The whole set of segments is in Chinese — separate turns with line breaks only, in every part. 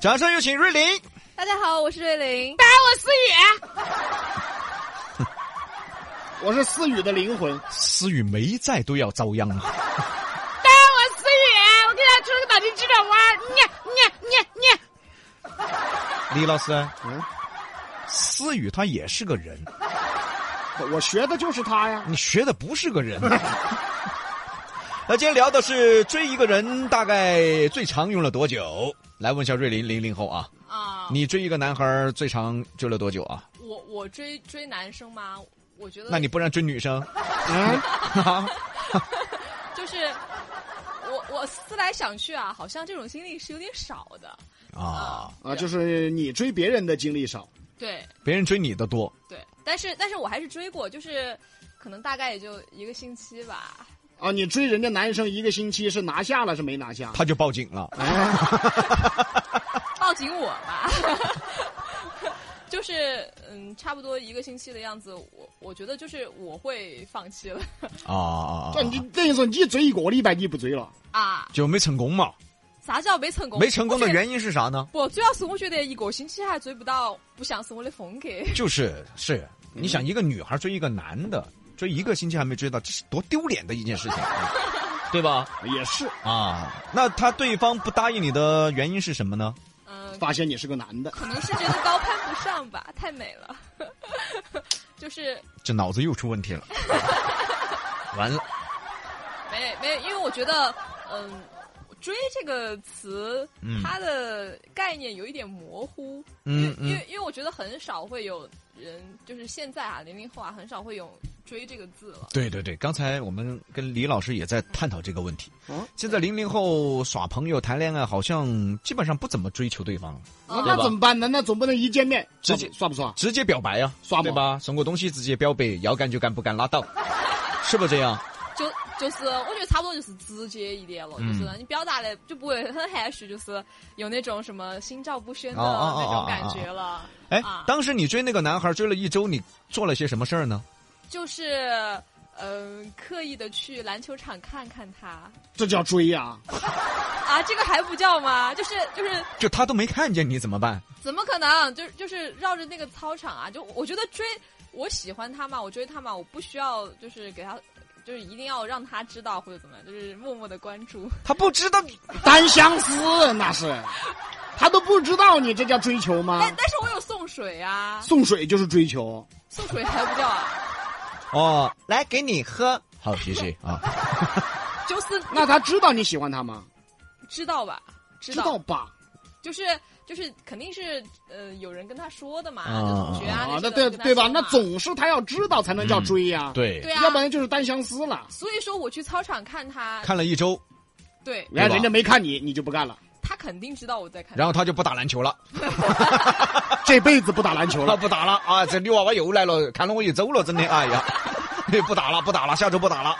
掌声有请瑞林。
大家好，我是瑞玲。
打我思雨，
我是思雨的灵魂，
思雨没在都要遭殃啊！
打我思雨，我给他出个脑筋急转弯儿，你你你你，
李老师，
嗯，
思雨他也是个人，
我学的就是他呀。
你学的不是个 人。那今天聊的是追一个人大概最长用了多久？来问一下瑞林，零零后啊，
啊，
你追一个男孩儿最长追了多久啊？
我我追追男生吗？我觉得
那你不然追女 生？
嗯，
啊，
就是我我思来想去啊，好像这种经历是有点少的。
啊
啊，就是你追别人的经历少，
对
别人追你的多，
对，但是但是我还是追过，就是可能大概也就一个星期吧。
啊，你追人家男生一个星期是拿下了是没拿下？
他就报警了。啊
抱紧我吧。 就是嗯，差不多一个星期的样子，我我觉得就是我会放弃了
啊啊啊！
这你等于说你追一个礼拜你不追了，
啊！
就没成功嘛？
啥叫没成功？
没成功的
我觉得
原因是啥呢？
不，主要是我觉得一个星期还追不到不像是我的风格。
就是是，你想一个女孩追一个男的，追一个星期还没追到，这是多丢脸的一件事情，对吧？
也是
啊，那他对方不答应你的原因是什么呢？
嗯，
发现你是个男的，
可能是觉得高攀不上吧， 太美了。就是
这脑子又出问题了，完了，
没没，因为我觉得，嗯，追这个词，
嗯
它的概念有一点模糊。
嗯
因为因
嗯
为因为我觉得很少会有人，就是现在啊，零零后啊，很少会有追这个字了。
对对对，刚才我们跟李老师也在探讨这个问题
嗯。
现在零零后耍朋友、谈恋爱，好像基本上不怎么追求对方了，
啊
那怎么办呢？那总不能一见面
直
直
接
接算不算？
直接表白呀、
耍
对
嘛
吧？送个东西直接表白，要干就干，不干拉倒，是不是这样？
就就是我觉得差不多就是直接一点了，
嗯
就是你表达的就不会很含蓄，就是有那种什么心照不宣的
哦哦哦
那
哦哦
种感觉了。
哎
啊，
当时你追那个男孩追了一周，你做了些什么事儿呢？
就是嗯、刻意的去篮球场看看他
这叫追呀！
啊，这个还不叫吗？就是就是
就他都没看见你怎么办？
怎么可能？就就是绕着那个操场啊，就我觉得追我喜欢他嘛，我追他嘛，我不需要就是给他。就是一定要让他知道或者怎么样，就是默默的关注。
他不知道你
单相思那是，他都不知道你这叫追求吗
但？但是我有送水啊，
送水就是追求，
送水还不叫啊，
哦，来给你喝，好谢谢啊。
就是
那他知道你喜欢他吗？
知道吧？知
知道吧？
就是就是肯定是呃有人跟他说的嘛，
啊
就同学啊
啊，
那
那
些
对
的跟他
对吧？
说嘛
那总是他要知道才能叫追呀，
对
对啊，
要不然就是单相思了。
所以说我去操场看他，
看了一周，
对
原
对吧
来人家没看你，你就不干了，
他肯定知道我在看，
然后他就不打篮球了，
这辈子不打篮球
他
了。
不打了啊！这女娃娃又来了，看了我一周了，真 的，哎呀，不打了，不打了，下周不打了。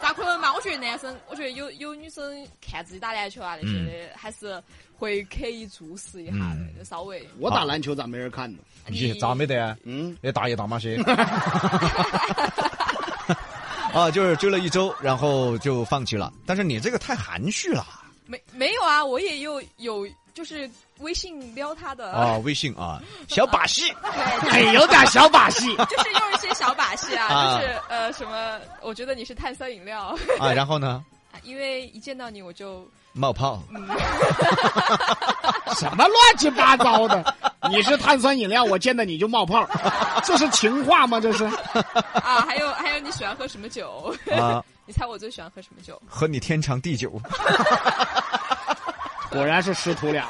咋可能嘛？我觉得男生，我觉得有有女生看自己打篮球啊那些的，还是会刻意注视一下的，
嗯
就稍微
我打篮球咋没人看呢？
你哎咋没得？
嗯，
也打也打嘛些。 啊，就是追了一周，然后就放弃了。但是你这个太含蓄了
没没有啊？我也有有就是微信撩他的，
啊！微信啊，小把 戏。
对，
哎，有点小把戏。
就是用一些小把戏啊，
啊
就是呃什么，我觉得你是碳酸饮料，
啊，然后呢？
因为一见到你我就
冒泡，
什么乱七八糟的？你是碳酸饮料，我见到你就冒 泡，这是情话吗？这是
啊，还有还有你喜欢喝什么酒？
啊
你猜我最喜欢喝什么酒？
和你天长地久。
果然是师徒俩，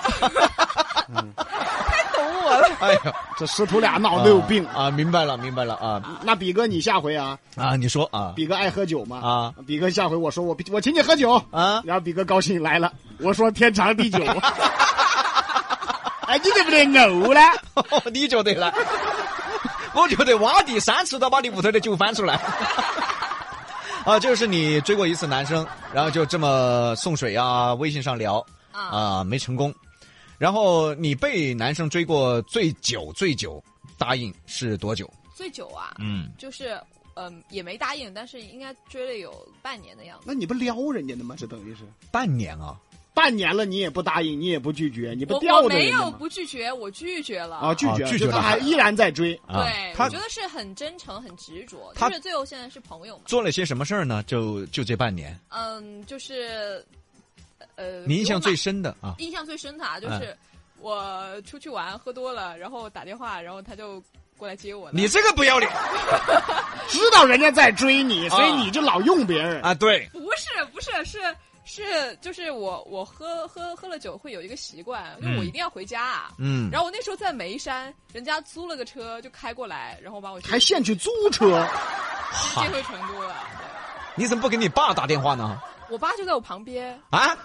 懂我了，
哎呀，
这师徒俩脑子有病。
啊！明白了，明白了啊
那比哥，你下回啊，
啊！你说啊
比哥爱喝酒吗？
啊，
比哥下回我说我我请你喝酒，
啊，
然后比哥高兴来了，我说天长地 久。哎，你怎么得呕呢？
你觉得呢？ 我觉得挖地三尺都把你屋头的酒翻出 来。啊，就是你追过一次男生，然后就这么送水啊，微信上聊啊，没成功。然后你被男生追过最久最久答应是多久？
醉酒啊，
嗯，
就是嗯、也没答应，但是应该追了有半年的样子。
那你不撩人家的吗？这等于是
半年啊。
半年了，你也不答应，你也不拒绝，你不
我
吊
我
着
没
人
有
家吗？
不拒绝，我拒绝了。
啊，拒绝，
啊拒绝
就他
了
还依然在追。
啊
对，
他
我觉得是很真诚、很执着，
他
就是最后现在是朋友嘛。
做了些什么事儿呢？就就这半年，
嗯，就是呃，
你印象
给我
最深嗯的啊
买印象最深的啊，就是我出去玩喝多了，然后打电话，然后他就过来接我了。
你这个不要脸
知道人家在追你，所以
啊
你就老用别人。
啊！对，
不是不是是是就是我我喝喝喝了酒会有一个习惯，就是我一定要回家、啊。
嗯，
然后我那时候在眉山，人家租了个车就开过来，然后把我接
还现去租车，
接回成都了。对
你怎么不给你爸打电话呢？
我爸就在我 旁边，
啊，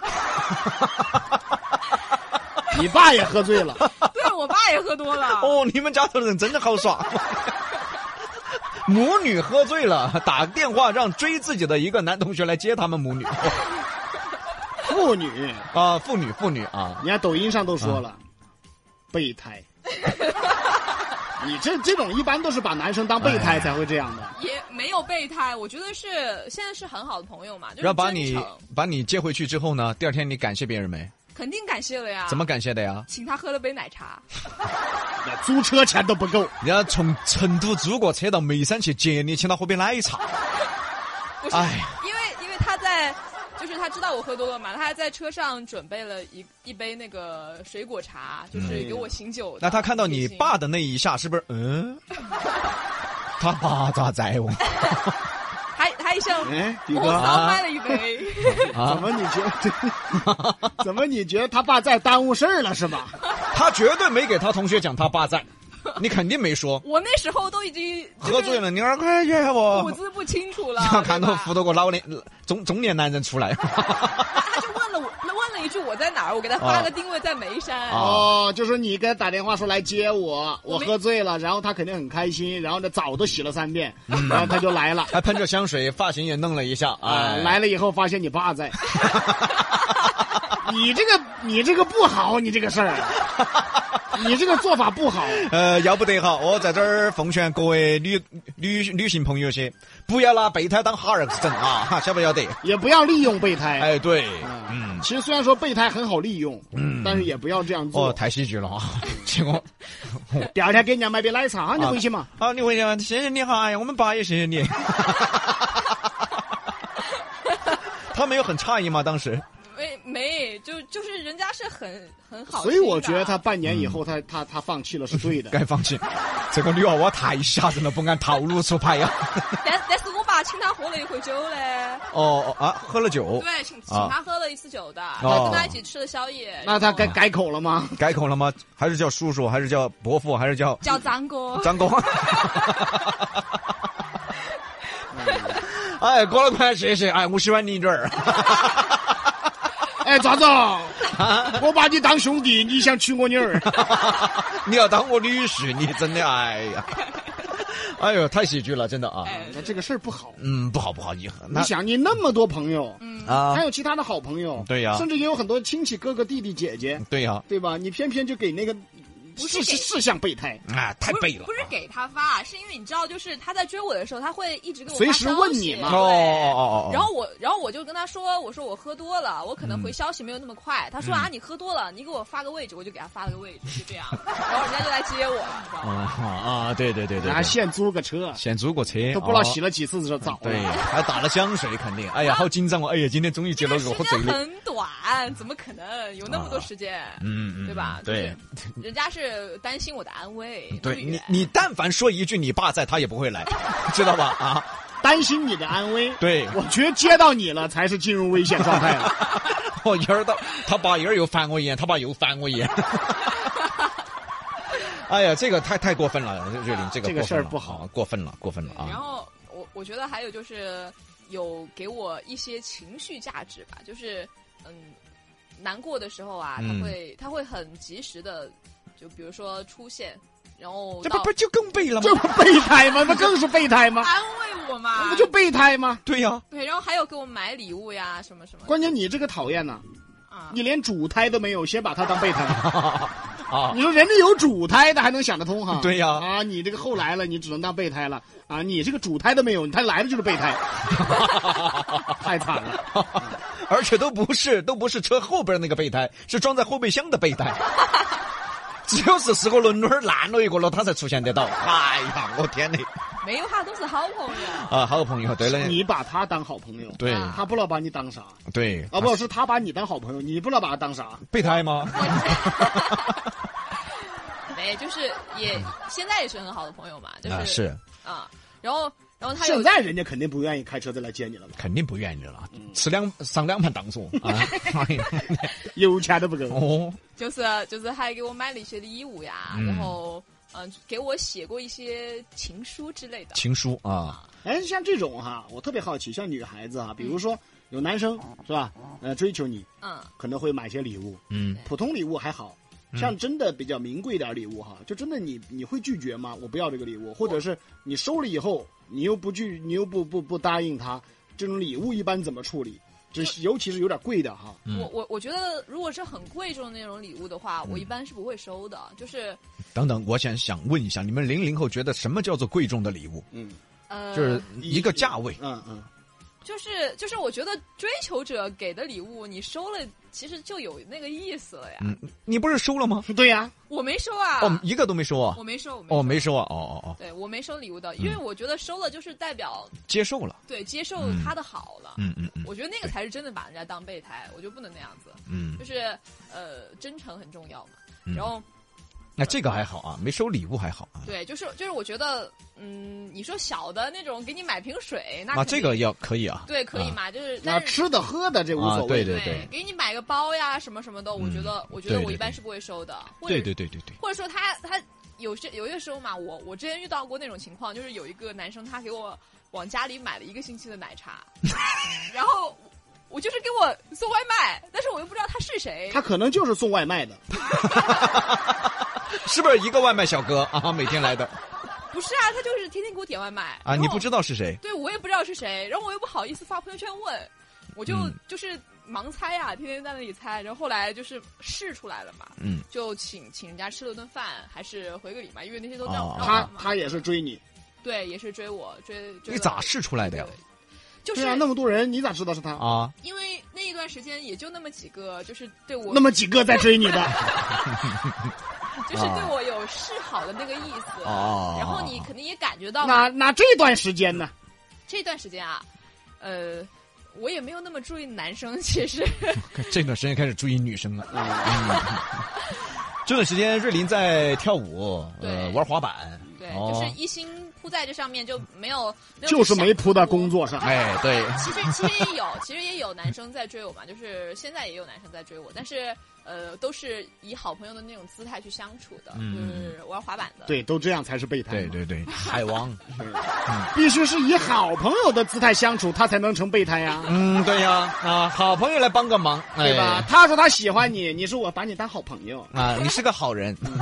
你爸也喝 醉了，
对我爸也喝多了。
哦，你们家头的人真的好 爽。母女喝醉了，打电话让追自己的一个男同学来接他们母 女
妇女，
啊，父女父女啊，
你看抖音上都说了，备胎。 你这这种一般都是把男生当备胎才会这样的。
也没有备胎，我觉得是现在是很好的朋友嘛，就是
然后把
真
你
诚
把你接回去之后呢，第二天你感谢别人没？
肯定感谢了呀。
怎么感谢的呀？
请他喝了杯奶茶？
那租车钱都不够，
人家从成都租过车到眉山去接你，请他喝杯奶茶。
不是
哎，
因为因为他在，就是他知道我喝多了嘛，他还在车上准备了一一杯那个水果茶，就是给我醒酒的。
那他看到你
贴心
爸，的那一下，是不是 嗯？他爸咋在我？
还还一向
哎，比
我
哥，
骚卖了一杯，
啊
怎么你觉得？ 怎么你觉得他爸在耽误事儿了是吧？
他绝对没给他同学讲他爸 在，你肯定没说。
我那时候都已经
喝醉，了，你二快接
吐
我。
字不清楚 了。
要 看到
对吧
扶到个老年中中年男人出 来，
他 他就问了我，问了一句我在哪儿，我给他发了定位在眉山。
啊
哦，就是你给他打电话说来接我，
我
我
没
喝醉了，然后他肯定很开心，然后呢澡都洗了三遍，
嗯
然后他就来了。
还喷着香水，发型也弄了一下，
啊，
哎，
来了以后发现你 爸在，你这个你这个不好，你这个事儿，你这个做法不好。
呃，要不得哈！我在这儿奉劝各位女女女性朋友些，不要拿备胎当哈儿子整啊，哈，晓不晓得？
也不要利用备胎。
哎，对，
嗯，其实虽然说备胎很好利用，但是也不要这样做。
嗯哦，太喜剧了 啊！结果
第二天给人家买杯奶茶，你回去嘛。
啊，你回去吧，谢谢你哈，哎呀，我们爸也谢谢你。 他没有很诧异吗？当时
没没，就就是人家是很很好心的啊，
所以我觉得他半年以后，他他他放弃了是对的。
该放弃，这个女娃娃太吓人了，不按套路出牌呀、啊
但但是我爸请他喝了一回酒嘞，
哦哦啊，喝了酒，
对，请请
啊
他喝了一次酒的，然
哦
后跟他一起吃了宵夜。
那他
然后
改改口了吗？
改口了吗？还是叫叔叔？还是叫伯父？还是叫
叫张哥，
张公？ 哎，过了关，谢谢。哎，我喜欢你女儿。
哎，爪子，我把你当兄弟，你想娶我女儿？
你要当我女婿，你真的哎呀，哎呦，太喜剧了，真的啊。
哎
那这个事儿不好。
嗯，不好不好，你
你
那
想，你哎那么多朋友，
啊
还，有其他的好朋友，
对呀嗯
甚至也有很多亲戚、哥哥、弟弟、姐姐，
对啊呀，
对吧？你偏偏就给那个
不
是
是
是
给
是像备胎，
啊，太
不
背
是
了
不。是给他发，是因为你知道，就是他在追我的时候，他会一直给我
随
发
时
消
问
息
你嘛
哦
对
哦哦哦，嗯
然后我，然后我就跟他说，我说我喝多了，我可能回消息没有那么快。他说啊，你喝多了，你给我发个位置，我就给他发了个位置，就这样。然后人家就来接我了，你知道
啊
吗？
啊，对对对对
然
对，
后现租个车，
先租过车，
都不知道
哦
洗了几次澡
对，
了。
还打了香水，肯定。哎呀，好紧张哦！哎呀，今天终于接
这
到
个
个
时
喝
间
醉
啊
的。
很短，怎么可能有那么多时间？
嗯
对吧？
对，
就是 人家是担心我的安危。
对
那么
你
远，
你但凡说一句你爸在，他也不会来， 知道吧？啊，
担心你的安危。
对
我觉得接到你了才是进入危险状态啊了。
我一会儿到他爸一会儿又翻我一眼，他爸又翻我一眼。 哎呀，这个太太过分了，瑞林，这个
这个
过分
事儿
了
不好
啊，过分了，过分了
然
啊！
后我我觉得还有就是有给我一些情绪价值吧，就是嗯，难过的时候啊，
嗯
他会他会很及时的，就比如说出现，然后
这不
到
不就更背了吗
这？不备胎吗？那更是备胎吗？
安慰我嘛，
啊那不就备胎吗？
对呀、
对，然后还有给我买礼物呀，什么什么的
关键你这个讨厌呐、
啊，
你连主胎都没有，先把它当备胎。
啊，
你说人家有主胎的还能想得通哈？
对呀
啊，你这个后来了，你只能当备胎了 啊！你这个主胎都没有，你他来了就是备胎，太惨了。
而且都不是都不是车后边那个备胎，是装在后备箱的备胎。只有是四个轮轮儿烂了一个了，他才出现得到。哎呀，我天哪！
没有哈，都是好 朋友。
啊，好朋友，对的，
你把他当好朋友，
对
啊
他不知道把你当啥啊？
对，
不是他把你当好朋友，你不知道把他当啥？
备胎吗？
没，就是也现在也是很好的朋友嘛，就是
啊，是
啊然后然后他有
现在人家肯定不愿意开车再来接你了吧？
肯定不愿意了，吃两上两盘当说啊！哎呀
有钱都不够。
哦，
就是就是还给我买了一些的衣物呀，
嗯
然后嗯、给我写过一些情书之类的。
情书啊，
哎，像这种哈，我特别好奇，像女孩子啊，比如说有男生是吧？呃，追求你
嗯，
可能会买些礼物，
嗯，
普通礼物还好。像真的比较名贵点儿礼物哈，就真的你你会拒绝吗？我不要这个礼物，或者是你收了以后你又不拒，你又不不不答应他，这种礼物一般怎么处理？就是尤其是有点贵的哈，
嗯
我我我觉得如果是很贵重的那种礼物的话，我一般是不会收的，就是
等等，我想想问一下，你们零零后觉得什么叫做贵重的礼物？
嗯
呃，
就是一个价位，
嗯嗯，
就是就是我觉得追求者给的礼物，你收了其实就有那个意思了呀。
嗯，你不是收了吗？
嗯对呀、
我没收啊，
哦，一个都没收啊
我？没收，我没收
哦，没收啊？哦哦哦，
对我没收礼物的，因为我觉得收了就是代表
接受了，
对接受
嗯
他的好了。
嗯嗯嗯
我觉得那个才是真的把人家当备胎，我就不能那样子，
嗯
就，是呃，真诚很重要嘛。
嗯
然后
那这个还好啊，没收礼物还好啊。
对，就是就是我觉得，嗯，你说小的那种给你买瓶水，那
啊，
肯定
这个要可以啊。
对可以嘛，就是
那
但是。
吃的喝的这无所谓，
啊对对嗯
对，给你买个包呀，什么什么的，我觉得，我觉得
对
我
对
一般
对
是不会收的。或者
对对对对对，
或者说他他有些有些时候嘛，我我之前遇到过那种情况，就是有一个男生他给我往家里买了一个星期的奶 茶，然后我就是给我送外卖，但是我又不知道他是谁
他，可能就是送外卖的，
是不是一个外卖小哥啊？每天来的
不是啊，他就是天天给我点外卖
啊？你不
道？
知道是谁？
对，我也不知道是谁，然后我又不好意思发朋友圈问，我就、
嗯
就是盲猜啊，天天在那里猜，然后后来就是试出来了嘛，
嗯，
就请请人家吃了顿饭，还是回个礼嘛，因为那些都
哦
让、
哦哦
让我
他
嘛
他也是追你，
对，也是追我追追
你
了
咋试出来的呀？
就是
对啊，那么多人你咋知道是他？
啊，
因为那一段时间也就那么几个，就是对我，
那么几个在追你的，
就是
啊
对我有示好的那个意思。
哦
然后你肯定也感觉到嘛
那那这段时间呢？
这段时间啊，呃，我也没有那么注意男生，其实
这段时间开始注意女生了。
啊
这段时间瑞林在跳舞，呃，
对
玩滑板。
对，
哦
就是一心扑在这上面，就没有没有
就是没扑到工
作。
作上，
哎，对，
啊其实其实也有，其实也有男生在追我嘛，就是现在也有男生在追我，但是呃，都是以好朋友的那种姿态去相处的，
嗯
就是玩滑板的。
对，都这样才是备胎嘛。
对对 对，海王。
必须是以好朋友的姿态相处，他才能成备胎呀、
嗯，对呀，啊，好朋友来帮个忙，
对吧？他说他喜欢你，你说我把你当好朋友，
哎？啊，你是个好 人。
肯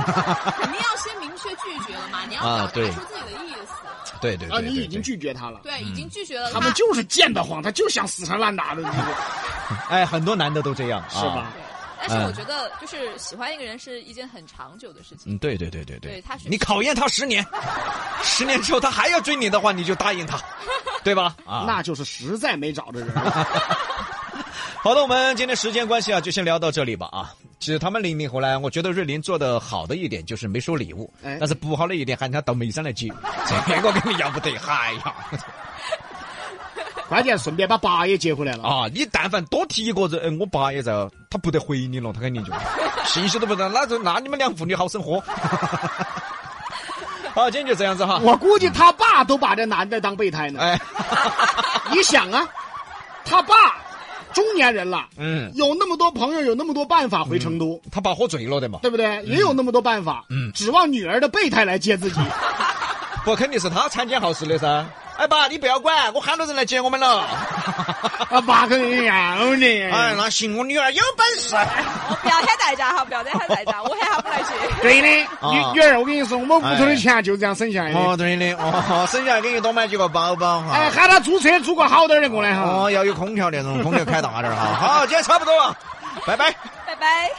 定要先明确拒绝了嘛，你要
啊
表达
对嗯
出自己的意思。
对对
啊，
对，
你
对
已经
对
拒绝他了，
对，已经拒绝了
他们就是贱得慌，他就想死缠烂打的，你这
哎，很多男的都这样，
是
啊？
吧？
对，但
嗯
是我觉得就是喜欢一个人是一件很长久的事情。
嗯，对对对对对，
对他是
你考验他十年，十年之后他还要追你的话，你就答应 他，对吧？啊，
那就是实在没找着人了。
好的，我们今天时间关系啊，就先聊到这里吧啊。其实他们零零后呢，我觉得瑞林做的好的一点就是没收礼物，
哎
但是不好的一点喊他到眉山来接，这个肯定要不得。哎呀，
关键顺便把爸也接回来了。
啊，你但凡多提一个人，哎我爸也在哦，他不得回你了，他肯定就信息都不得，那就那你们两父女好生活。 好，今天就这样子哈。
我估计他爸都把这男的当备胎 呢。
哎，
你想啊，他爸中年人了，
嗯，
有那么多朋友，有那么多办法回成都，
他爸喝醉了的嘛，
对不对？也有那么多办法，
嗯
指望女儿的备胎来接自己。
不肯定是他参加好事的噻。哎爸，你不要管，我喊了人来接我们了。
啊，爸跟人家哦呢，
哎，那行，我女儿有本事。
我不要喊代价哈，不要再喊代价，我喊他不来接。
对的，
啊哎
女女儿，我跟你说，我们屋头的钱就这样省下来
哦，
的。
对的，哦，省下来给你多买几个包包哈。
哎，喊他租车租个好点儿的过
哦
来哈。
哦，要有空调那种，空调开大点儿哈。好，今天差不多了，拜拜。
拜拜。